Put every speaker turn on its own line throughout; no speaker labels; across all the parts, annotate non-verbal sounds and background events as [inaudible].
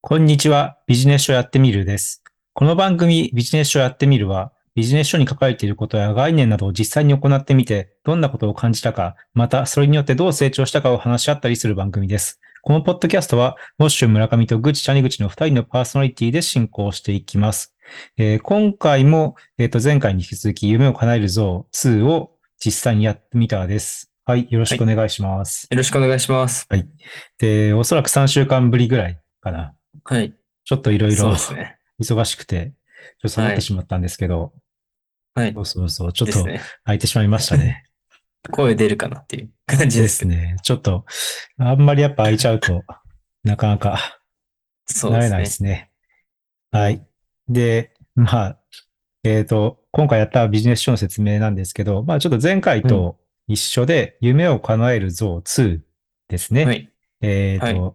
こんにちは。ビジネス書やってみるです。この番組ビジネス書やってみるは、ビジネス書に書かれていることや概念などを実際に行ってみて、どんなことを感じたか、またそれによってどう成長したかを話し合ったりする番組です。このポッドキャストは、モッシュ村上とグチ谷口の2人のパーソナリティで進行していきます。えー今回も、えーと前回に引き続き、夢を叶える像2を実際にやってみたです。はい、よろしくお願いします。
よろしくお願いします。
で、おそらく3週間ぶりぐらいかな。
はい。
ちょっといろい
そう
ろ
ですね。
忙しくて、ちょっとサボっ
は
て
い
しまったんですけど、
はい
そ。うそうそう、ちょっ
で
と
すね。
空いてしまいましたね。
声出るかなっていう感じ [laughs] です。
ね。ちょっと、あんまりやっぱ空いちゃうと、なかなか
そう
慣
で
れ
す
ない
ね
で。すね。はい。で、まあ、えっ、と、今回やったビジネス書の説明なんですけど、まあちょっと前回と一緒で、夢を叶える像2ですね。
はい。
えっ、と、
は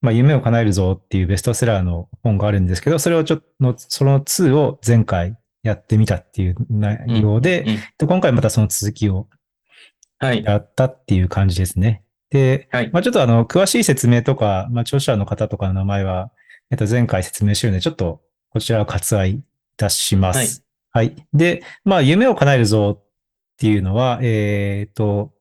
まあ、夢を叶えるぞっていうベストセラーの本があるんですけど、それをちょっとの、その2を前回やってみたっていう内容で、
うんうん
で今回またその続きを
はい。
やったっていう感じですね。で、
はい。
まあ、ちょっとあの、詳しい説明とか、まあ、著者の方とかの名前は、えっと、前回説明してるんで、ちょっとこちらを割愛いたします。はい。で、まあ、夢を叶えるぞっていうのは、えっ、と、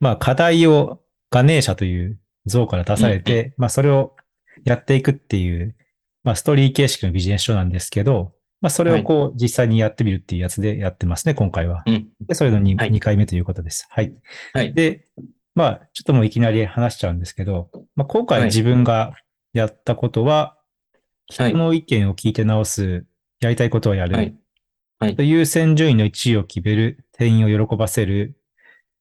まあ、課題をガネーシャという像から出されて、まあ、それをやっていくっていう、まあ、ストーリー形式のビジネス書なんですけど、まあ、それをこう、実際にやってみるっていうやつでやってますね、今回は。
うん。
で、それの 2,、
はい
二回目ということです。はい。
はい
で、まあ、ちょっともういきなり話しちゃうんですけど、まあ、今回
はい
自分がやったことは、
はい
人の意見を聞いて直す、やりたいことをやる、
はい。
と優先順位の1位を決める、店員を喜ばせる、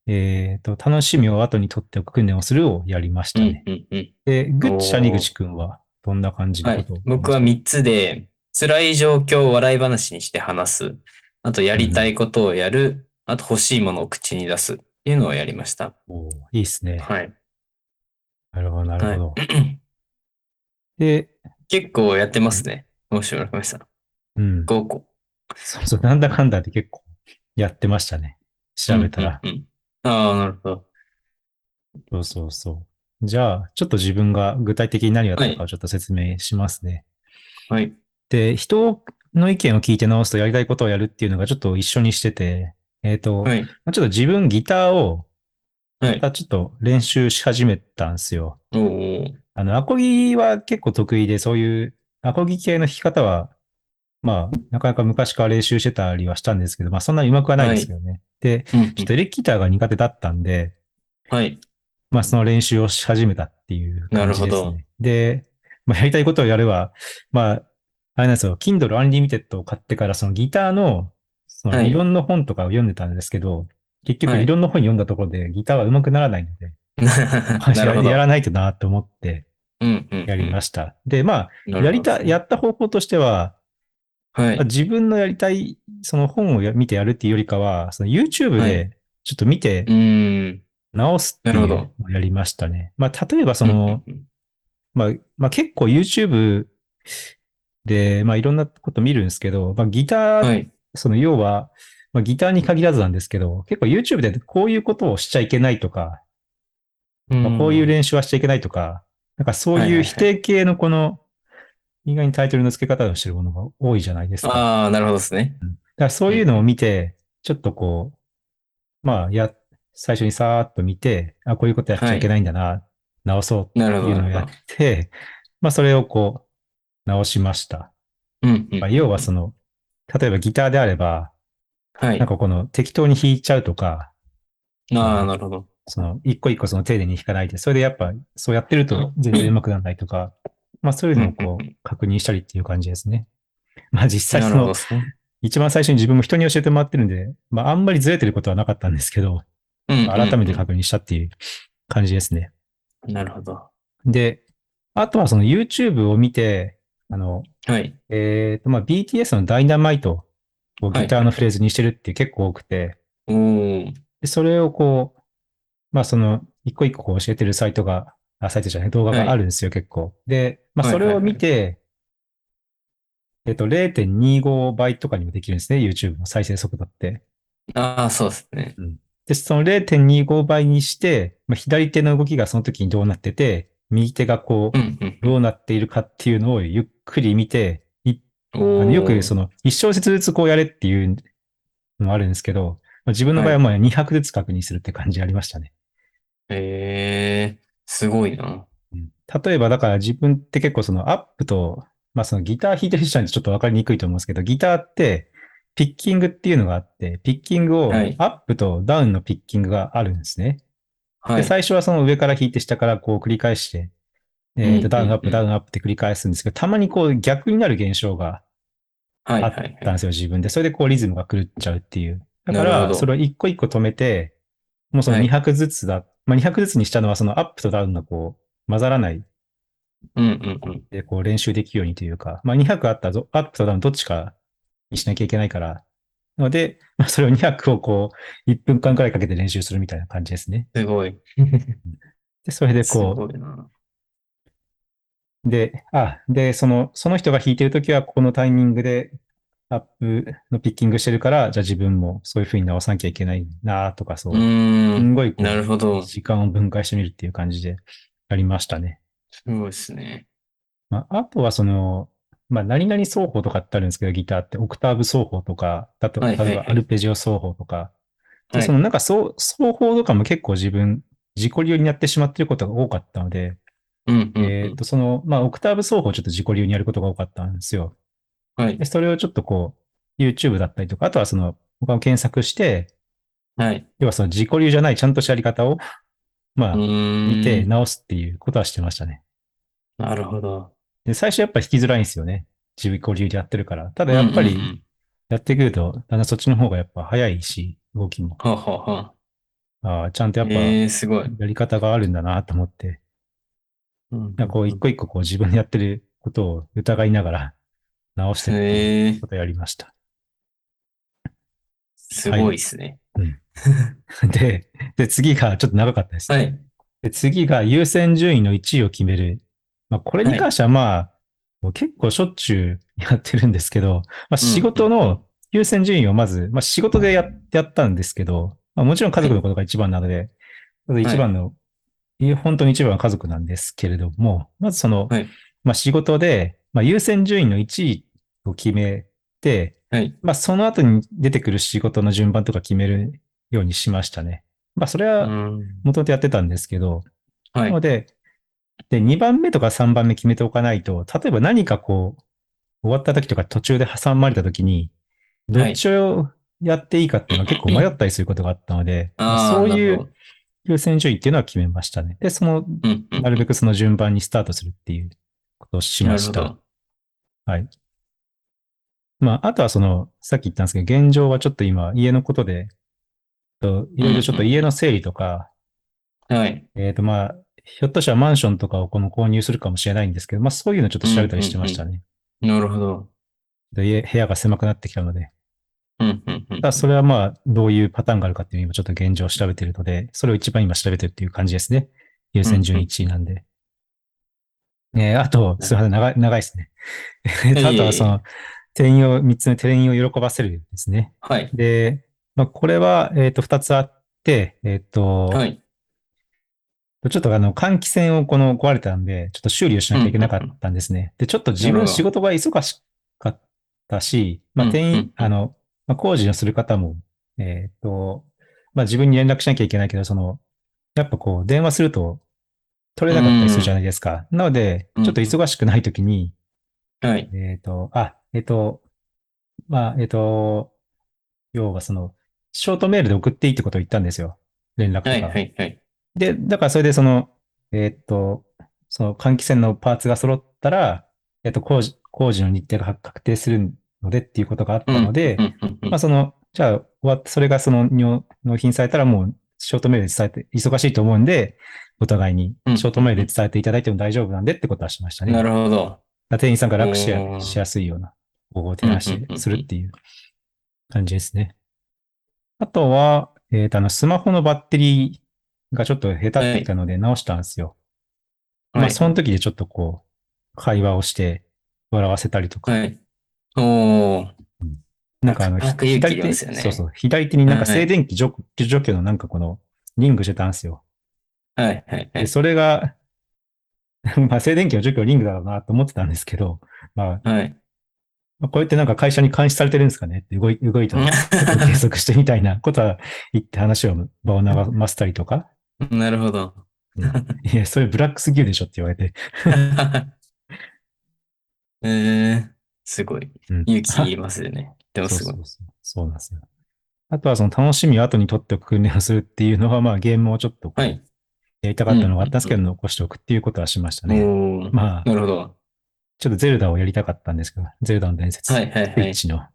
えっ、と、楽しみを後に取っておく訓練をするをやりました
うん
ね。。
うん。うん。
で、ぐっちゃ
おー
にぐちくんは、どんな感じ
は
のこ
い
とを、。
僕は、3つで、辛い状況を笑い話にして話す。あと、やりたいことをやる。あと、欲しいものを口に出す。っていうのをやりました。
おーいいですね。
はい。
なるほど、なるほど。
は
で、
結構やってますね。もし村上さん。
うん。
5個。
そうそう、なんだかんだで結構やってましたね。調べたら。
うん。うんうんああ、なるほど。
そうそうそう。じゃあ、ちょっと自分が具体的に何をやったかをちょっと説明しますね。
はい。
で、人の意見を聞いて直すとやりたいことをやるっていうのがちょっと一緒にしてて、えっ、と、
はい。
まあちょっと自分ギターを
は
ま
い。
たちょっと練習し始めたんですよ。
おー。
あの、アコギは結構得意で、そういうアコギ系の弾き方は、まあ、なかなか昔から練習してたりはしたんですけど、まあそんなに上手くはないんですけどね。で、
うんう
ちょっとエ
ん
レキギターが苦手だったんで、 [laughs]
はい。
まあ、その練習をし始めたっていう感じです、ね。
なるほど
で、まあ、やりたいことをやるは、まあ、あれなんですよ、Kindle Unlimited を買ってから、そのギターの、その
はい
理論の本とかを読んでたんですけど、結局
はい
理論の本読んだところでギターは上手くならないので、
[laughs] なるほ
や
ど。
やらないとなと思って
うんうんうん
やりました。で、まあ、
なるほど
やりた、やった方法としては、
はい
まあ。自分のやりたい、その本をや見てやるっていうよりかは、その YouTube
は
で
い
ちょっと見て
うーん。
直すっていう
なる
の
ほ
をやりましたね。まあ、例えばその、
うんうん
まあ、まあ結構 YouTube で、まあいろんなこと見るんですけど、まあギタ
う
ー、
ん、はい。
その要は、まあギターに限らずなんですけど、結構 YouTube でこういうことをしちゃいけないとか、まあこういう練習はしちゃいけないとか、なんかそう
はいはい
い
は
う
い
否定系のこの、意外にタイトルの付け方をしてるものが多いじゃないですか。だか
ああ、なるほどですね。
らそういうのを見て、ちょっとこう、まあや、最初にさーっと見て、あ、こういうことやっちゃいけないんだな、直そう
なるほ
ってい
ど。
うのを
な
や
る
っ
ほど
て、まあそれをこう、直しました。
うんうん
まあ、要はその、例えばギターであれば、
はい。
なんかこの適当に弾いちゃうとか、
ああ、なるほど。
その一個一個その丁寧に弾かないで、それでやっぱそうやってると全然上手くならないとか、まあそういうのをこ
うんうんう
う確認したりっていう感じですね。まあ実際
な
そ
るほど
の
で、すね。
一番最初に自分も人に教えてもらってるんで、まああんまりずれてることはなかったんですけど、
うんうんうん
まあ改めて確認したっていう感じですね。
なるほど。
で、あとはその YouTube を見て、あの、
はい。
えっ、と、まあ、BTS のダイナマイトをギターのフレーズにしてるって結構多くて、
おー。
でそれをこう、まあ、その、一個一個こう教えてるサイトが、あ、サイトじゃない、動画
はい
があるんですよ、結構。で、まあ、
はい
そ
はいはい
れを見て、えっと、0.25倍とかにもできるんですね、YouTube の再生速度って。
ああ、そうですね。
で、その0.25倍にして、まあ、左手の動きがその時にどうなってて、右手がこう
う、ん、
どうなっているかっていうのをゆっくり見て、いあ
うん。
のよくそ
の、
の、一小節ずつこうやれっていうのもあるんですけど、まあ自分の場合はまあ2拍ずつ確認するって感じありましたね。
えー、すごいな。
うん例えばだから自分って結構そのアップと、まあそのギター弾いてる人なんてちょっとわかりにくいと思うんですけど、ギターってピッキングっていうのがあって、ピッキングをア
はい
ップとダウンのピッキングがあるんですね。
はい
で、。最初はその上から引いて下からこう繰り返して、え
うん
ーと、ダウンアッ
うんう
プ、
ん
ダウンアップって繰り返すんですけど、たまにこう逆になる現象が
はい、
あ
は
っ
い
たん
はい。
ですよ、自分で。それでこうリズムが狂っちゃうっていう。だか
なるほ
ら、
ど
それを一個一個止めて、もうその
はい
2拍ずつだ、まあ2拍ずつにしたのはそのアップとダウンがこう混ざらない
うん、うん、うん。
でこう練習できるようにというか、まあ2拍あったらぞアップとダウンどっちかにしなきゃいけないから、なので、まあそれを2拍をこう1分間くらいかけて練習するみたいな感じですね。
すごい。
で、それで
す
こう、
ごいな。
で、あ、で、その、その人が弾いてるときは、ここのタイミングで、アップのピッキングしてるから、じゃあ自分もそういう風に直さなきゃいけないなとか、そうう。
ー
す
ん。
んごい、こ
なるほど
う、。時間を分解してみるっていう感じでやりましたね。
すごいですね。
まあ、あとはその、まあ、何々奏法とかってあるんですけど、ギターって、オクターブ奏法とか、だと、
は
例
いはい
えばアルペジオ奏法とか、
は
で、
い
そのなんかそう、奏法とかも結構自分、自己流になってしまってることが多かったので、
うん、うん。うん
えっ、と、その、まあ、オクターブ奏法をちょっと自己流にやることが多かったんですよ。
はい
で、。それをちょっとこう、YouTube だったりとか、あとはその、他を検索して、
はい。
要はその自己流じゃないちゃんとしたやり方を、まあ、見
見
て直すっていうことはしてましたね。
なるほど。
で、最初やっぱ弾きづらいんですよね。自己流でやってるから。ただやっぱり
うんうんうん
やってくると、だんだんそっちの方がやっぱ早いし、動きも。
はあはあは
ああ、ちゃんと
あ
やっぱや
えー、すごい。
り方があるんだなと思って、なんかこう一個一個こう自分でやってることを疑いながら直してっていう
えー、
ことをやりました。 [laughs]
すごいですね。
で、で、次がちょっと長かったですね。
はい。
で、次が優先順位の1位を決める。まあ、これに関してはまあ、もう結構しょっちゅうやってるんですけど、まあ、仕事の優先順位をまず、まあ、仕事でややったんですけど、まあ、もちろん家族のことが一番なので、ただ一番の、いや本当に一番は家族なんですけれども、まずその、
はい
まあ、仕事で、まあ、優先順位の1位を決めて、
はい
まあ、その後に出てくる仕事の順番とか決めるようにしましたね。まあ、それ
う
は、
ん
元々やってたんですけど、
は
ないの。で、で、2番目とか3番目決めておかないと、例えば何かこう、終わった時とか途中で挟まれた時に、どっちをやっていいかっていうのは結構迷ったりすることがあったので、
あー
そうい
なるほ
う優先順位っていうのは決めましたね。で、その、
どうんうん
なるべくその順番にスタートするっていうことをし
な
ま
るほ
した。
ど。
はい。まあ、あとはその、さっき言ったんですけど、現状はちょっと今、家のことで、といろいろちょっと家の整理とか、
はい。
えっ、と、まあ、ひょっとしたらマンションとかをこの購入するかもしれないんですけど、まあそういうのちょっと調べたりしてましたね。
なるほど。
で家部屋が狭くなってきたので。
うんうんうん
ただそれはまあ、どういうパターンがあるかっていうのを今ちょっと現状を調べてるので、それを一番今調べてるっていう感じですね。優先順位1位なんで。えー、あと、すいません、長い、長いですね。え [laughs] ーあとはそ
いえい
の、店員を、3つ目、店員を喜ばせるですね。
はい。
で、まあこれは、えっ、と、2つあって、えっ、と、
はい。
ちょっとあの、換気扇をこの壊れたんで、ちょっと修理をしなきゃいけなかったんですね。で、ちょっと自
なる
分
ほど
仕事が忙しかったし、まあ、
うん
店員、
うんうん
あの、まあ、工事をする方も、えーっ、と、まあ、自分に連絡しなきゃいけないけど、その、やっぱこう、電話すると取れなかったりするじゃないですか。なので、ちょっと忙しくない時に、
はい。
えーっ、と、あ、えーっ、と、まあ、えーっ、と、要はその、ショートメールで送っていいってことを言ったんですよ。連絡とか。
はい。はい。はい。
で、だからそれでその、えーっと、その換気扇のパーツが揃ったら、えっと、工事、工事の日程が確確定するのでっていうことがあったので
う、んうんうん
まあその、じゃあ終わって、それがその納納品されたらもうショートメールで伝えて、忙しいと思うんで、お互いに
うん
ショートメールで伝えていただいても大丈夫なんでってことはしましたね。
な
だか
るほど。
ら店員さんが楽し
おー
やしやすいような方法を提案
うんうんうんう
し
ん
するっていう感じですね。あとは、えーっと、あの、スマホのバッテリーがちょっと下手ってきたので直したんですよ。ま
は
あ、
い。
その時でちょっとこう、会話をして、笑わせたりとか、
はい。おー。
なんかあの、
なんか勇気いり
手
ますよね
そうそう、左手になんか
はい
静電気除除去のなんかこの、リングしてたんですよ。
はい。はい。は
で、
い。
それが、 [laughs] まあ、静電気の除去リングだろうなと思ってたんですけど、まあ、 [laughs]
はい。
まあこうやってなんか会社に監視されてるんですかねって動い動いたのを計測してみたいなことは言って話を場を流ませたりとか、
なるほど。 [laughs]
いや、それブラックスギルでしょって言われて、
えー、すごい。
うん
勇気いりますよね。でも
そう
すご
そ
い。
うそう。そうなんですよ。あとはその楽しみを後に取っておく訓練をするっていうのは、まあゲームをちょっとこう
はい。
やりたかったのがあったんですけど、残しておくっていうことはしましたね。
おー
まあ、
なるほど。
ちょっとゼルダをやりたかったんですけど、ゼルダの伝説、
はいはい
スイ
はい
ッ。チの。
はい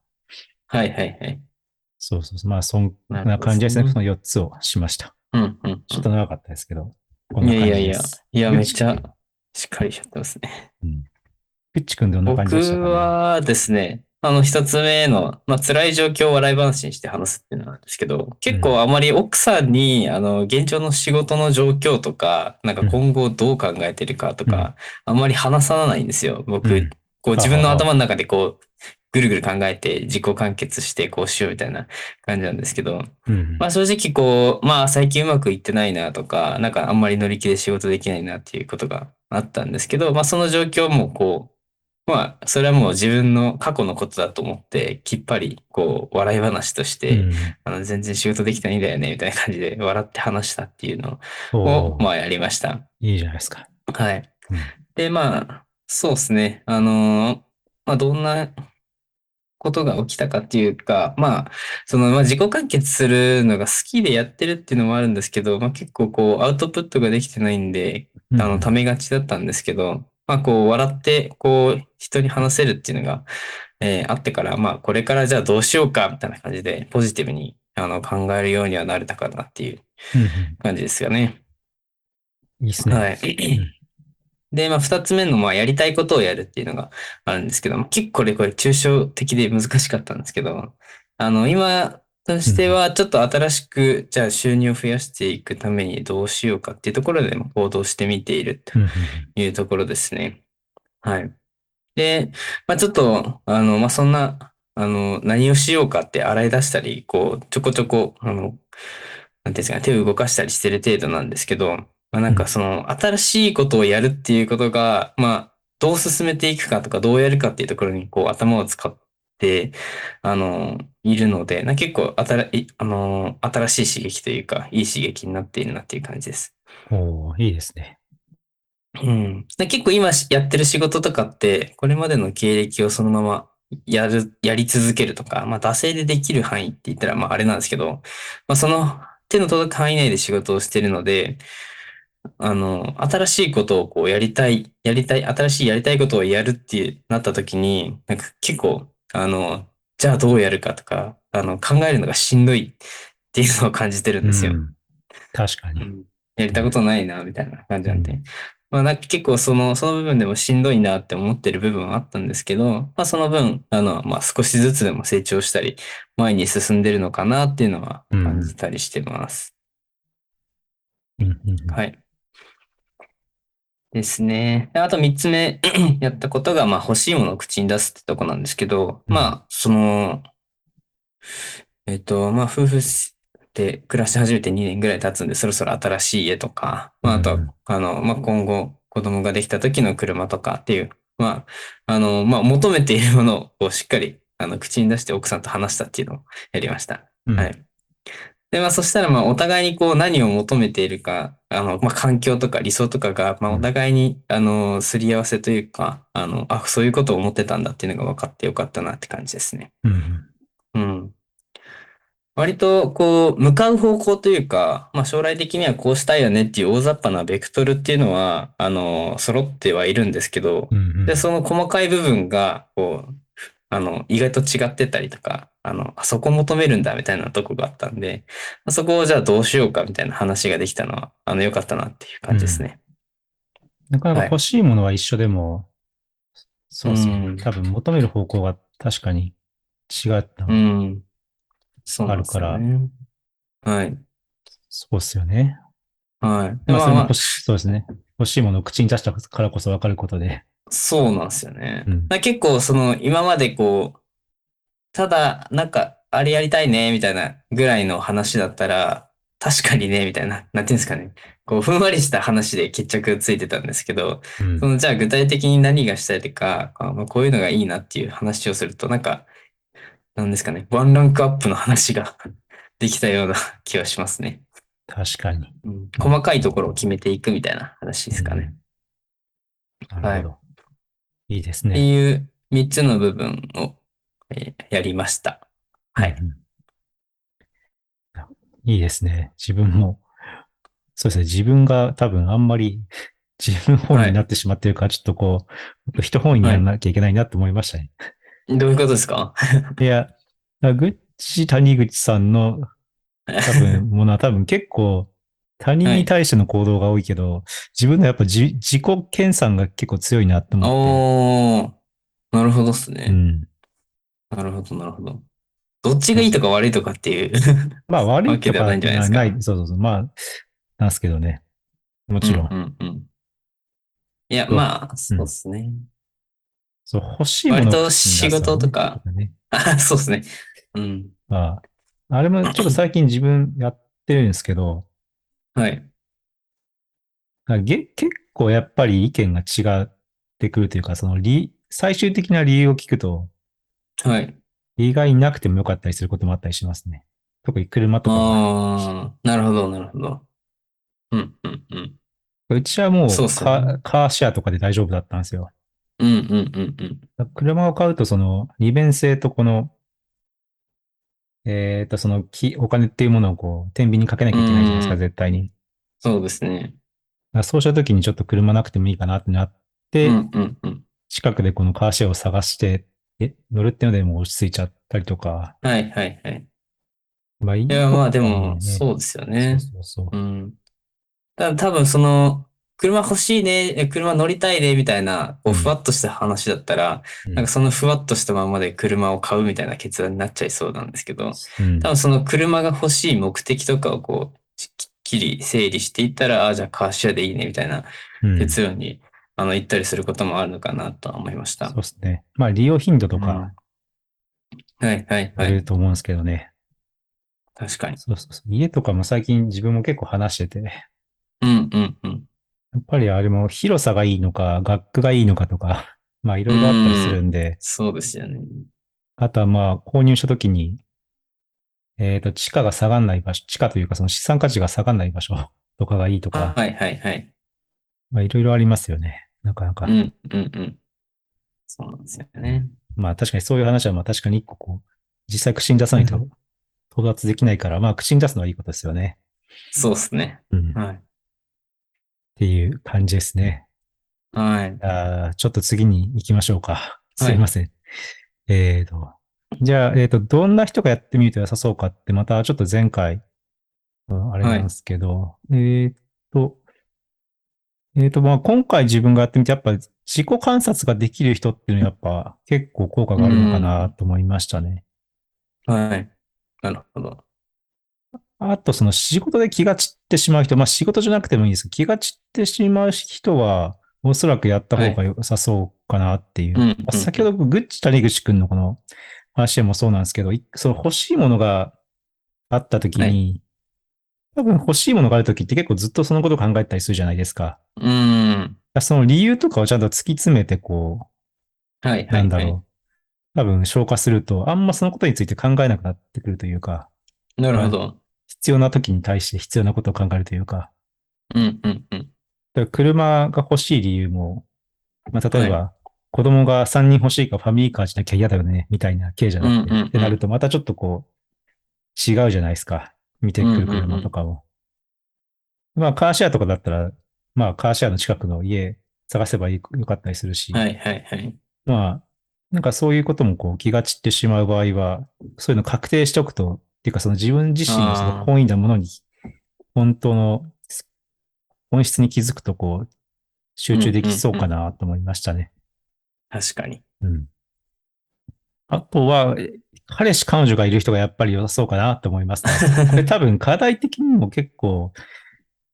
はいはい。
そうそうそう。まあ、そん
なるほど
な感じですね。
です
その4つをしました。
うんうん
ちょっと長かったですけど、こ
うん。
ん
い
な感じ
やいやい
で
や
す。、
いや、
うん
めっちゃしっかりやってますね。
ピッチ君どんな感じでしたか、ね、
僕はですね、あの一つ目の、まあ、辛い状況を笑い話にして話すっていうのなんですけど、結構あまり奥さんに、あの、現状の仕事の状況とか、なんか今後どう考えてるかとか、あんまり話さないんですよ。僕、
うん
こ
はあは
う
あ
自分の頭の中でこう、ぐるぐる考えて自己完結してこうしようみたいな感じなんですけど、
うん
まあ正直こう、まあ最近うまくいってないなとか、なんかあんまり乗り気で仕事できないなっていうことがあったんですけど、まあその状況もこう、まあそれはもう自分の過去のことだと思って、きっぱりこう笑い話とし
う
て、
ん
あの全然仕事できてないんだよねみたいな感じで笑って話したっていうの
お
を、
ー
まあやりました。
いいじゃないですか。
はい
うん。
で、まあ、そうですね。あのーまあ、どんなことが起きたかっていうか、まあ、その、まあ、自己完結するのが好きでやってるっていうのもあるんですけど、まあ、結構こう、アウトプットができてないんで、
うん
あの、ためがちだったんですけど、まあ、こう、笑って、こう、人に話せるっていうのが、えーあってから、まあ、これからじゃあどうしようか、みたいな感じで、ポジティブに、あの、考えるようにはなれたかなっていう
うんうん
感じですよね。
いいですね。
はい。 [clears throat] で、まあ、二つ目の、まあ、やりたいことをやるっていうのがあるんですけども、結構これ、これ、抽象的で難しかったんですけど、あの、今としては、ちょっと新しく、じゃあ収入を増やしていくためにどうしようかっていうところでも行動してみている
うんうん
というところですね。はい。で、まあ、ちょっと、あの、まあ、そんな、あの、何をしようかって洗い出したり、こう、ちょこちょこ、あの、なんていうんですかね、手を動かしたりしてる程度なんですけど、まあ、なんかその、新しいことをやるっていうことが、まあ、どう進めていくかとか、どうやるかっていうところに、こう、頭を使って、あの、いるので、な結構、あたら、いあの、新しい刺激というか、いい刺激になっているなっていう感じです。
うんおーいいですね。
うん、で結構今しやってる仕事とかって、これまでの経歴をそのままやる、やり続けるとか、まあ、惰性でできる範囲って言ったら、まあ、あれなんですけど、まあ、その手の届く範囲内で仕事をしてるので、あの、新しいことをこうやりたい、やりたい、新しいやりたいことをやるってなった時に、なんか結構、あの、じゃあどうやるかとか、あの、考えるのがしんどいっていうのを感じてるんですよ
う。ん確かに。
やりたことないな、みたいな感じなんで。まあ、なんか結構その、その部分でもしんどいなって思ってる部分はあったんですけど、まあその分、あの、まあ少しずつでも成長したり、前に進んでるのかなっていうのは感じたりしてます。
うんうんうん
はい。ですね。であと3つ目 [clears throat] やったことが、まあ欲しいものを口に出すってとこなんですけど、
うん
まあ、その、えっと、まあ夫婦で暮らし始めて2年ぐらい経つんで、そろそろ新しい家とか、まああと
う
は
ん、
あの、まあ今後子供ができた時の車とかっていう、まあ、あの、まあ求めているものをしっかり、あの、口に出して奥さんと話したっていうのをやりました。
うん
はい。で、まあ、そしたら、まあ、お互いにこう、何を求めているか、あの、まあ、環境とか理想とかが、まあ、
うん
お互いに、あの、すり合わせというか、あの、あ、そういうことを思ってたんだっていうのが分かってよかったなって感じですね。
うんうん
うん。割と、こう、向かう方向というか、まあ、将来的にはこうしたいよねっていう大雑把なベクトルっていうのは、あの、揃ってはいるんですけど、
うんうん
で、その細かい部分が、こう、あの、意外と違ってたりとか、あの、あそこ求めるんだみたいなとこがあったんで、まあそこをじゃあどうしようかみたいな話ができたのは、あの、良かったなっていう感じですね。
なかなか
はい
欲しいものは一緒でも、そうですね、
うん
多分求める方向が確かに違った。
うん。そうなんです
あ
よ
る
ね。はい。
そうですよね。
はい。
まあ、
ま
そ
あ
れも
まあ
欲しそうですね。欲しいものを口に出したからこそ分かることで。
そうなんですよね。
うん
まあ結構その今までこう、ただなんかあれやりたいねみたいなぐらいの話だったら、確かにね、みたいな、なんていうんですかね。こう、ふんわりした話で決着ついてたんですけど、
うん
その、じゃあ具体的に何がしたいとか、あまあ、こういうのがいいなっていう話をすると、なんか、なんですかね、ワンランクアップの話が [laughs] できたような [laughs] 気はしますね。
確かに。
うん細かいところを決めていくみたいな話ですかね。
うん。なるほど。いいです
って
ね。
いう3つの部分を、えーやりました。はい。
うん。いいですね。自分も。そうですね。自分が多分あんまり [laughs] 自分本位になってしまってるから、ちょっとこう、人本位にならなきゃいけないなと思いましたね。
どういうことですか
い、や、ぐっち谷口さんの多
[laughs]
分、ものは多分結構、他人に対しての行動が多いけど、自分のやっぱじ自己研鑽が結構強いなって思っ
おー、なるほどっ
て。
す
う
ね。
ん。
なるほど、なるほど。どっちがいいとか悪いとかっていう。
まあ悪いとか
わけではないんじゃないですか
そうそうそう。まあ、なんですけどね。もちろん。
うんうんうんいや、
そう
まあ、そうですね。
そう、欲しいものを
割
口
と
に出すのね
仕事とか。
ね
あそうですね。うん。
まあ、あれもちょっと最近自分やってるんですけど、
はい。
なんかげ結構やっぱり意見が違ってくるというか、その理、最終的な理由を聞くと、
はい。
意外になくてもよかったりすることもあったりしますね。特に車とかは。
ああ、なるほど、なるほど。うん、うん、うん。
うちはもうカ
そうっすね
ーカーシェアとかで大丈夫だったんですよ。
うん、うん、うん、うん。
車を買うと、その利便性とこの、えっ、と、そのきお金っていうものをこう、天秤にかけなきゃいけないじゃないですか、
うん
絶対に。だ
そうですね。
からそうした時にちょっと車なくてもいいかなってなっ
う
て、
ん、うん、うん。
近くでこのカーシェアを探して、え、乗るっていうのでもう落ち着いちゃったりとか。
はい、はい、はい。
まあいい
いや、まあで
ことだよ
も、
ね
そうですよね。
そうそう
う
そ
ん。た多分その、車欲しいね、え車乗りたいね、みたいな、こ
う
う
ん
ふわっとした話だったら、
うん
なんかそのふわっとしたままで車を買うみたいな決断になっちゃいそうなんですけど、
う。うん
多分その車が欲しい目的とかをこう、しきっきり整理していったら、ああ、じゃあカーシェアでいいね、みたいな
うん
結論に、あの、行ったりすることもあるのかなとは思いました。
そうですね。まあ利用頻度とか
はい、はい、
あ
は
る
い。
と思うんですけどね。
確かに。
そうそうそう。家とかも最近自分も結構話してて、
うん、うん、うん。
やっぱりあれも広さがいいのか、学区がいいのかとか、まあいろいろあったりするんで、
そうですよね。
あとはまあ購入した時に、えっ、と、地価が下がんない場所、地価というかその資産価値が下がんない場所 [laughs] とかがいいとか、
はい、はい、はい。
まあいろいろありますよね。なかなか。
うん、うん、うん。そうなんですよね。
まあ確かにそういう話はまあ確かに一個こう、実際口に出さないと
うん
到達できないから、まあ口に出すのはいいことですよね。
そうですね。
うん。っ
はい。
ていう感じですね。
はい。
あーちょっと次に行きましょうか。
い
すいません。えーと。じゃあ、えっ、と、どんな人がやってみると良さそうかって、またちょっと前回、うんあれなんですけど、えっ、と、えっ、と、まあ、今回自分がやってみて、やっぱ自己観察ができる人っていうのはやっぱ結構効果があるのかなと思いましたね。
はい。なるほど。
あと、その仕事で気が散ってしまう人、まあ仕事じゃなくてもいいですけど、気が散ってしまう人は、おそらくやった方が良さそうかなっていう。
うんうんうん
まあ先ほど、グッチ谷口くんのこの話でもそうなんですけど、いその欲しいものがあった時に、多
は
分欲しいものがある時って結構ずっとそのことを考えたりするじゃないですか。だか
うーん。
らその理由とかをちゃんと突き詰めて、こ
はい。
う、なんだ
はい
ろう。多分消化すると、あんまそのことについて考えなくなってくるというか、
はいなるほど。
必要な時に対して必要なことを考えるというか、
うんうんう
だ
ん。
から車が欲しい理由も、まあ、例えば、
は
子供が3人欲しいからファミリーカーじゃなきゃ嫌だよね、みたいな系じゃなくて、
うんうんうん
ってなると、またちょっとこう、違うじゃないですか。見てくる車とかを。まあ、カーシェアとかだったら、まあ、カーシェアの近くの家探せばいいよかったりするし、
はいはいはい。
まあ、なんかそういうこともこう気が散ってしまう場合は、そういうの確定しておくと、っていうかその自分自身のその
あー
本意なものに、本当の本質に気づくとこう、集中できそうかなと思いましたね。
確か [laughs] に。
うん。あとは、え彼氏彼女がいる人がやっぱり良さそうかなと思いますね。
[laughs]
これ多分課題的にも結構、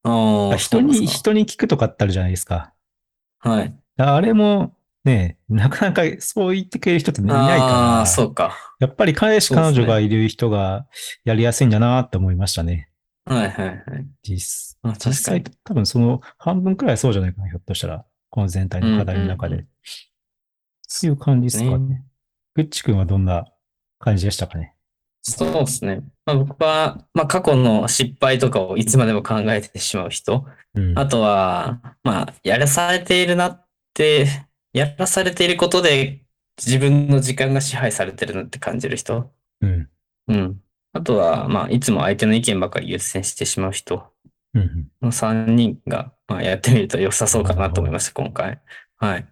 ああ。
人
そう
に、
です
人に聞くとかってあるじゃないですか。
かはい。
あれも、ね、なかなかそう言ってくれる人っていないから。
ああー、そうか。
やっぱり彼氏
そうっす
彼
ね
女がいる人がやりやすいんだなって思いましたね。
はいはいはい。
実
まあ確
実
かに
際。、多分その半分くらいそうじゃないかな、ひょっとしたら。この全体の課題の中で。
うんう
っていう感じですかね。ぐっちくんはどんな感じでしたかね。
そうですね。まあ、僕は、まあ、過去の失敗とかをいつまでも考えてしまう人。
うん。
あとは、まあ、やらされているなって、やらされていることで自分の時間が支配されてるなって感じる人。
うん。
うん。あとは、まあ、いつも相手の意見ばかり優先してしまう人。
うん。
この3人が、まあ、やってみると良さそうかなと思いました、今回。はい。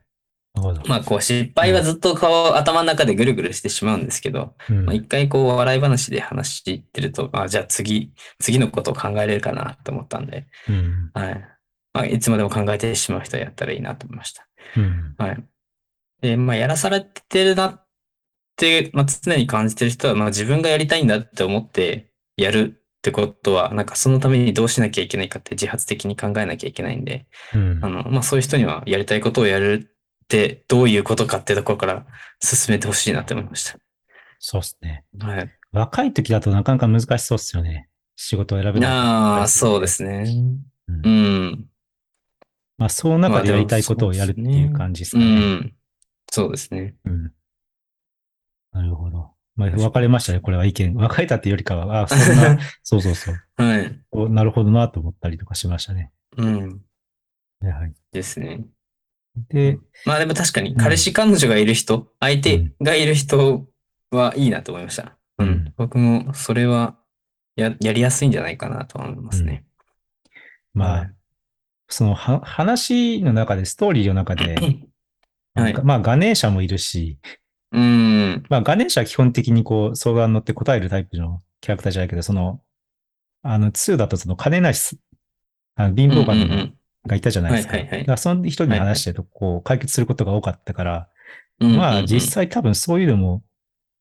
なるほど。
まあ、こう、失敗はずっと顔、頭の中でぐるぐるしてしまうんですけど、
うん
まあ、一回こう、笑い話で話してると、まあ、じゃあ次、次のことを考えれるかなと思ったんで、
うん。
はい。まあ、いつまでも考えてしまう人やったらいいなと思いました。
うん。
はい。で、まあ、やらされてるなって、まあ、常に感じてる人は、まあ、自分がやりたいんだって思ってやるってことは、なんかそのためにどうしなきゃいけないかって自発的に考えなきゃいけないんで、
うん
あの、まあ、そういう人にはやりたいことをやるってどういうことかってところから進めてほしいなって思いまし
そうですね。
た。はい。
若い時だとなかなか難しそうっすよね。仕事を選べない。
ああ、そうですね。
うん
うん。
まあ、その中でやりたいことをやるって
まあでも
い
そううっすね
感じです
う
かね。
ん。そうですね。
うん。なるほど。まあ、分かれましたね。これは意見。分かれたっていうよりかは、あ、そん
[laughs]
な、そうそうそう。
はい。
おなるほどなと思ったりとかしましたね。
うん。
はい。
ですね。
で、
まあでも確かに、彼氏彼女がいる人、相手がいる人はいいなと思いました。うん。
うん
僕もそれはややりやすいんじゃないかなとは思いますね。
まあ、
はい
そのは話の中で、ストーリーの中で、
は
なん
い
か。まあ、ガネーシャもいるし、
うん。
まあ、ガネーシャは基本的にこう、相談に乗って答えるタイプのキャラクターじゃないけど、その、あの、2だとその、金梨、あの貧乏
うんう
神
んう
の
ん
がいたじゃないですか。
はいはいはい
だからその人に話してると、こう、解決することが多かったから、
うんうん
まあ、実際多分そういうのも、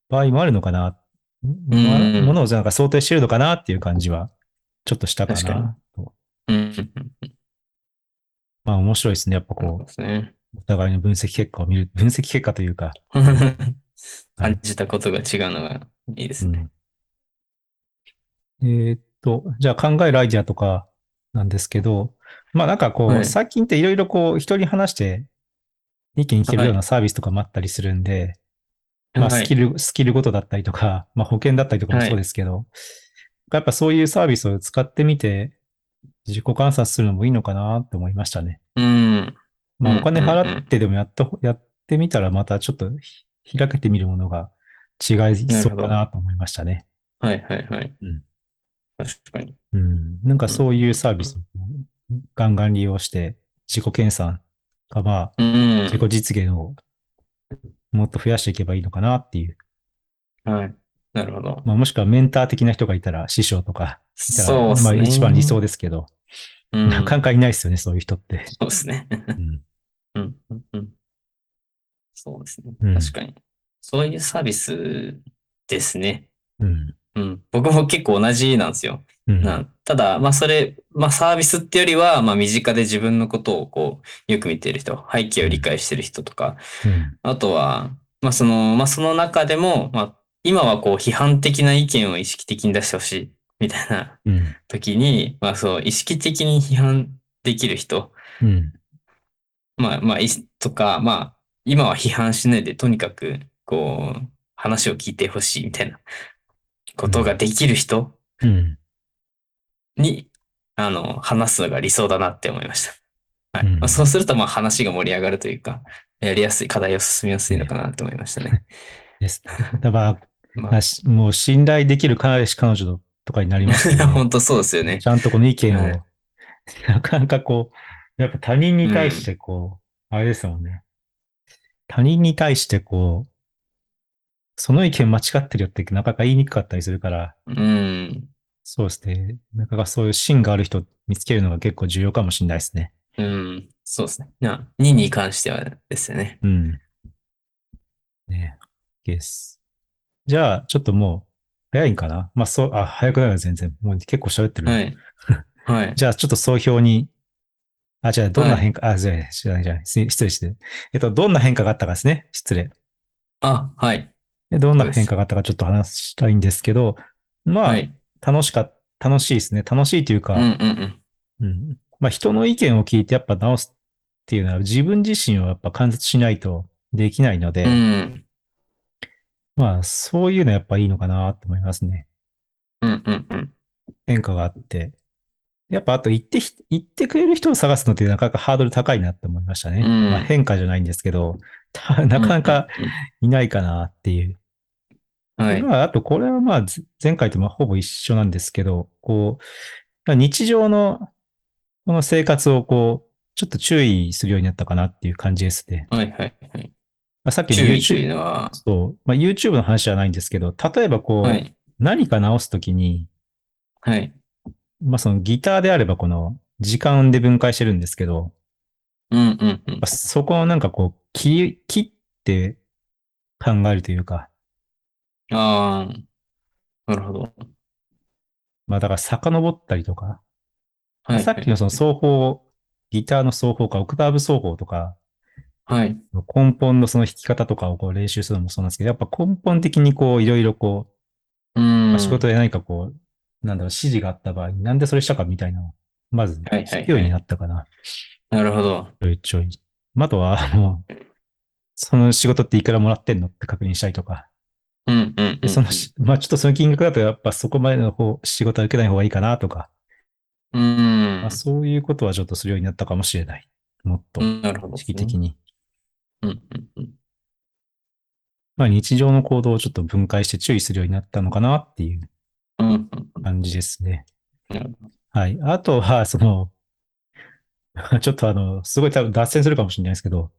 場合もあるのかな、まあものをなんか想定してるのかなっていう感じは、ちょっとしたか
確かに
なと。
うんうんうん
まあ、面白いですね。やっぱこう
そう、です
[laughs]
ね。
お互いの分析結果を見る、分析結果というか、
感じたことが違うのがいいですね。
うんえーっと、じゃあ考えるアイディアとかなんですけど、まあなんかこう、
はい
最近っていろいろこう、人に話して意見聞けるよう
は
なサービスとかもあったりするんで、まあスキル、スキルごとだったりとか、まあ保険だったりとかもそうですけど、やっぱそういうサービスを使ってみて、自己観察するのもいいのかなって思いましたね。
はい、うん。
まあ、お金
うんうんうん
払ってでもやった、やってみたらまたちょっとひ開けてみるものが違いそうかなと思いましたね。
はいはいはい。
うん
確かに。
うん。なんかそういうサービスをガンガン利用して自己研鑽がまあ、
うん。
自己実現をもっと増やしていけばいいのかなっていう。
はい。なるほど。
まあ、もしくはメンター的な人がいたら師匠とかいたら、
そうです
まあ
ね。
一番理想ですけど、
うん。
なかなかいないですよね、そういう人って。
そうですね。
うん。
うんうんうんそうですね
うん。
確かに。そういうサービスですね。
うん。
うん。僕も結構同じなんですよ。
うん。
なただ、まあそれ、まあサービスってよりは、まあ身近で自分のことをこう、よく見ている人、背景を理解している人とか、
うん
あとは、まあその、まあその中でも、まあ今はこう批判的な意見を意識的に出してほしい、みたいな
うん。
時に、まあそう、意識的に批判できる人、
うん。
まあまあ、いとか、まあ、今は批判しないで、とにかく、こう、話を聞いてほしいみたいなことができる人
うん。
に、あの、話すのが理想だなって思いました。はい。
うん
まあ、そうすると、まあ話が盛り上がるというか、やりやすい、課題を進みやすいのかなって思いましたね。
です。だから、
[laughs] ま
まあ
あ、
しもう信頼できる彼氏、彼女とかになりますよ
いや、
ね。
[laughs] 本当そうですよね
ち。ゃんとこの意見を、
はい
なかなかこう、やっぱ他人に対してこう、あれですもんね。他人に対してこう、その意見間違ってるよってなかなか言いにくかったりするから、
うん。
そうですね。なかなかそういう芯がある人見つけるのが結構重要かもしれないですね。
うん。そうですね。な、2に関してはですよね。
うん。ねえ、です。じゃあ、ちょっともう、早いんかなまあ、そう、あ、早くないよ、全然。もう結構喋ってる。
はい。はい。
じゃあ、ちょっと総評に、あ、じゃあ、どんな変化、あ、じゃあ、じゃあ、じゃあ、失失礼して。えっと、どんな変化があったかですね。失礼。
あ、はい。
でどん
そう
な
です
変化があったかちょっと話したいんですけど、まあ、
はい。
楽しかっ楽しいですね。楽しいというか、
うんうんうん。
うんまあ、人の意見を聞いてやっぱ直すっていうのは自分自身をやっぱ観察しないとできないので、
うん。
まあそういうのやっぱいいのかなと思いますね。
うんうんうん。
変化があって。やっぱあと言ってひ、言ってくれる人を探すのってなかなかハードル高いなって思いましたね。
うん
まあ、変化じゃないんですけど、 [laughs] たなかなかいないかなっていう。
うんうんうん。はい。
まあ、あと、これはまあ、ず前回とまあほぼ一緒なんですけど、こう、日常の、この生活をこう、ちょっと注意するようになったかなっていう感じですね。
はいはいはい。
まあ、さっきの
注意とい
YouTube、
うのは、
そうまあ、YouTube の話じゃないんですけど、例えばこう、
はい。
何か直すときに、
はい。
まあそのギターであればこの時間で分解してるんですけど、
うんうんうん
まあ。そこをなんかこう、切、切って考えるというか、
ああ。なるほど。
まあだから遡ったりとか、
はい。
さっきのその奏法、ギターの奏法か、オクターブ奏法とか、
はい。
根本のその弾き方とかをこう練習するのもそうなんですけど、やっぱ根本的にこういろいろこ
う
う、まあ
ん。
仕事で何かこう、なんだろう、指示があった場合になんでそれしたかみたいなのを、まず
はいはいはい
聞くようになったかな、
なるほど。
ちょいちょい。まああとは、あの、その仕事っていくらもらってんのって確認したりとか、
うんうんう
で
ん。
そのし、まあちょっとその金額だとやっぱそこまでの方、仕事は受けない方がいいかなとか、
うん
まあ、。そういうことはちょっとするようになったかもしれない。もっと、
うんなるほど。
意識的に。
うんうんうん。
まあ、日常の行動をちょっと分解して注意するようになったのかなっていう
うんうんうん。
感じですね
なる。
はい。あとは、 [laughs] その、ちょっとあの、すごい多分脱線するかもしれないですけど、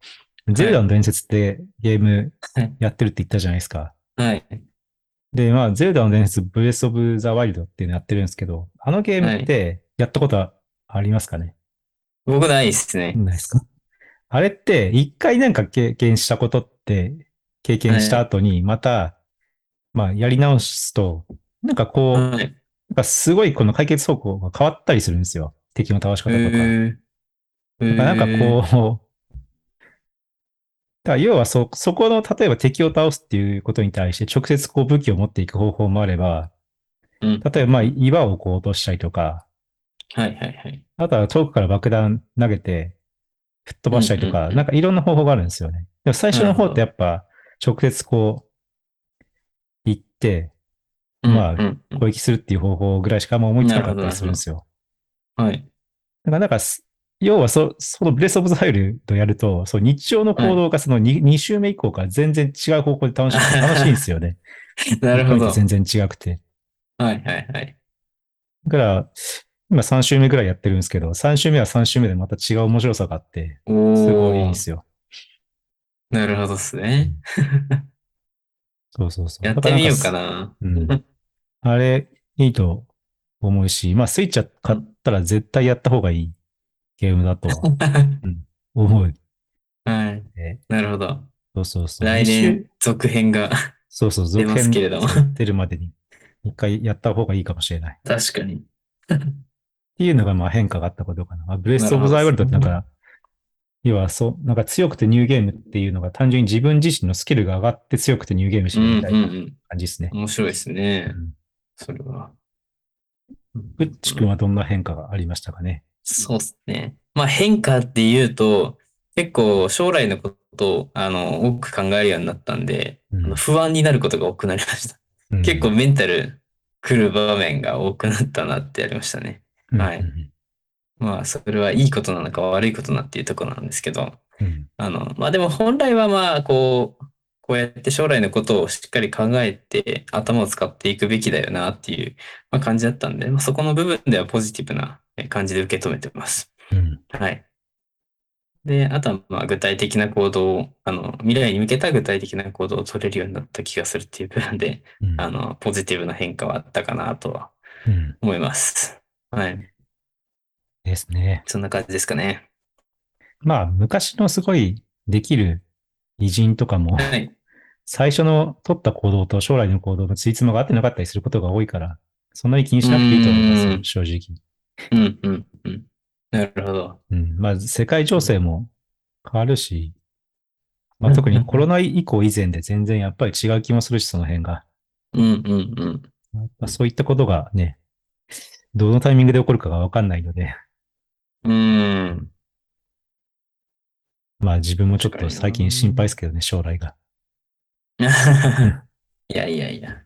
ゼルダの伝説ってゲーム
はい
やってるって言ったじゃないですか。
はい。
で、まあ、ゼルダの伝説、ブレスオブザワイルドっていうのやってるんですけど、あのゲームってやったことはありますかね、
僕ないですね。
ないですかあれって、一回なんか経験したことって、経験した後に、また、まあ、やり直すと、なんかこう、なん
はい。
かすごいこの解決方向が変わったりするんですよ。敵の倒し方とか。
えー
なんかなんかこう、だから要はそ、そこの、例えば敵を倒すっていうことに対して、直接こう武器を持っていく方法もあれば、
うん
例えばまあ、岩をこう落としたりとか、
う。はいはいはい。
あとは遠くから爆弾投げて、吹っ飛ばしたりと
うんうん
か、
うん
なんかいろんな方法があるんですよね。でも最初の方ってやっぱ、直接こう、行って、まあ
うんうんうん
攻撃するっていう方法ぐらいしかあんま思いつかなかったりするんですよ。
はい。
だからなんかす、要はそ、そのブレスオブザワイルドやると、そう日常の行動がその 2,、二週目以降から全然違う方向で楽しい、
[laughs]
楽しいんですよね。
なるほど。
一
は
回
い
と全然違くて。
はいはい。
だから、今3週目ぐらいやってるんですけど、3週目は3週目でまた違う面白さがあって、
お
すごいいいん
ー
で。すよ。
なるほどっすね。
そうそうそう。
やってみようか
な。
な。 [laughs]
うん。あれ、いいと思うし、まあ、スイッチは買ったら絶対やった方がいいゲームだと思
[laughs]
う。
はい
ね。
なるほど。
そうそうそう。
来
二週
年、続
[laughs]
編が
そうそう、
出
続
ます
編
けれども。
出るまでに、一回やった方がいいかもしれない。っ
確かに。
ていうのが、まあ、変化があったことかな。まあ、ブレス・オブ・ザ・ワイルドってなんか、要はそう、なんか強くてニューゲームっていうのが単純に自分自身のスキルが上がって強くてニューゲームし
うん
てるみた
う
い
んう
な感
ん。
じですね。
面白いです
う
ね。
ん
それは。
ぐっちくんはどんな変化がありましたかね。
そうですね。まあ変化っていうと、結構将来のことをあの多く考えるようになったんで、
うん
あの不安になることが多くなりました。
うん
結構、メンタル来る場面が多くなったなってやりましたね。はい
うん
まあそれはいいことなのか悪いことなっていうところなんですけど、
うん
あの、まあでも本来はまあこう、こうやって将来のことをしっかり考えて頭を使っていくべきだよなっていう、まあ、感じだったんで、まあ、そこの部分ではポジティブなえ感じで受け止めてます。
うん
はい。で、あとは、まあ、具体的な行動を、あの、未来に向けた具体的な行動を取れるようになった気がするっていう部分で、
うん
あの、ポジティブな変化はあったかなとは
うん
思います。はい。
ですね。
そんな感じですかね。
まあ、昔のすごいできる偉人とかも、
はい。
最初の取った行動と将来の行動のついつまが合ってなかったりすることが多いから、そんなに気にしなくていいと思います
う
よ、
ん
正直。
うん、うん、うん。なるほど。
うん。まあ、世界情勢も変わるし、ま
う
あ、
ん
特にコロナ以降以前で全然やっぱり違う気もするし、その辺が。
うん、うん、うん。
まあ、そういったことがね、どのタイミングで起こるかがわかんないので、
うん。 [laughs]
まあ自分もちょっ
確か
と
にな
最近心配ですけどね、将来が。
いやいやいや。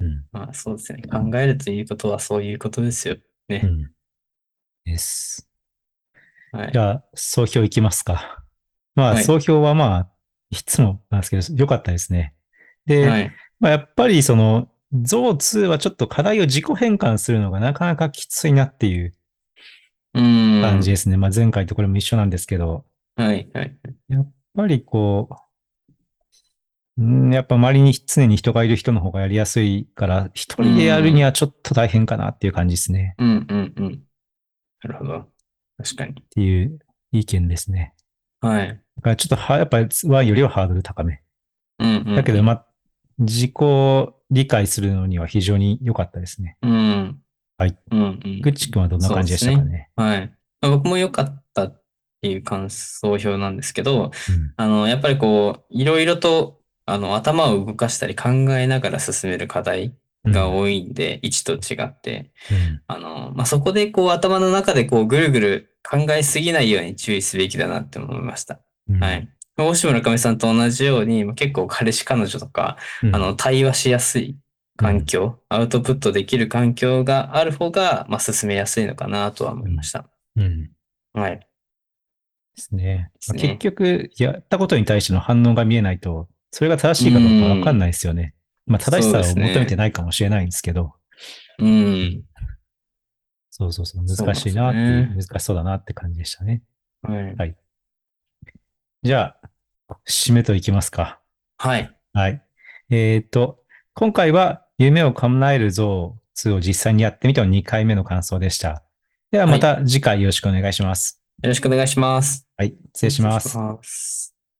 うん。
まあそうですね。考えるということはそういうことですよ。
う
ね。
ん。です。
はい
じ。ゃあ、総評いきますか。まあ、
はい
総評はまあ、いつもなんですけど、良かったですね。で、
はい。
まあ、やっぱりその、ゾウ2はちょっと課題を自己変換するのがなかなかきついなっていう
うん。
感じですね。まあ前回とこれも一緒なんですけど、
はい。はい。
やっぱりこう、うんやっぱ周りに常に人がいる人の方がやりやすいから、一人でやるにはちょっと大変かなっていう感じですね。
うんうんうん。なるほど。確かに。
っていう意見ですね。
はい。
だからちょっとは、やっぱり1よりはハードル高め。
うんうん。
だけど、まあ、自己理解するのには非常に良かったですね。
うん。
はい。
うんうん。
ぐっちくんはどんな感じでしたかね。
はい。まあ僕も良かったっていう感想表なんですけど、
うん
あの、やっぱりこう、いろいろと、あの、頭を動かしたり考えながら進める課題が多いんで、1と違って。
うん
あの、まあ、そこでこう、頭の中でこう、ぐるぐる考えすぎないように注意すべきだなって思いました。
うん
はい。大島村上さんと同じように、まあ結構彼氏彼女とか、
うん
あの、対話しやすい環境、アウトプットできる環境がある方が、まあ、進めやすいのかなとは思いました。
うん
はい。
ですね。
すね
まあ結局、やったことに対しての反応が見えないと、それが正しいかどうかわかんないですよね。まあ、正しさを
そう
求
ですね
めてないかもしれないんですけど、
うん。
そうそうそう、
そうな
難
んです
し
ね
いなっていう、難しそうだなって感じでしたね。
はい。
じゃあ、締めといきますか。
はい。
はい。えっ、と、今回は夢を叶える像2を実際にやってみての2回目の感想でした。ではまた次回よろしくお願いします。
よろしくお願いします。
はい、失礼します。
ます。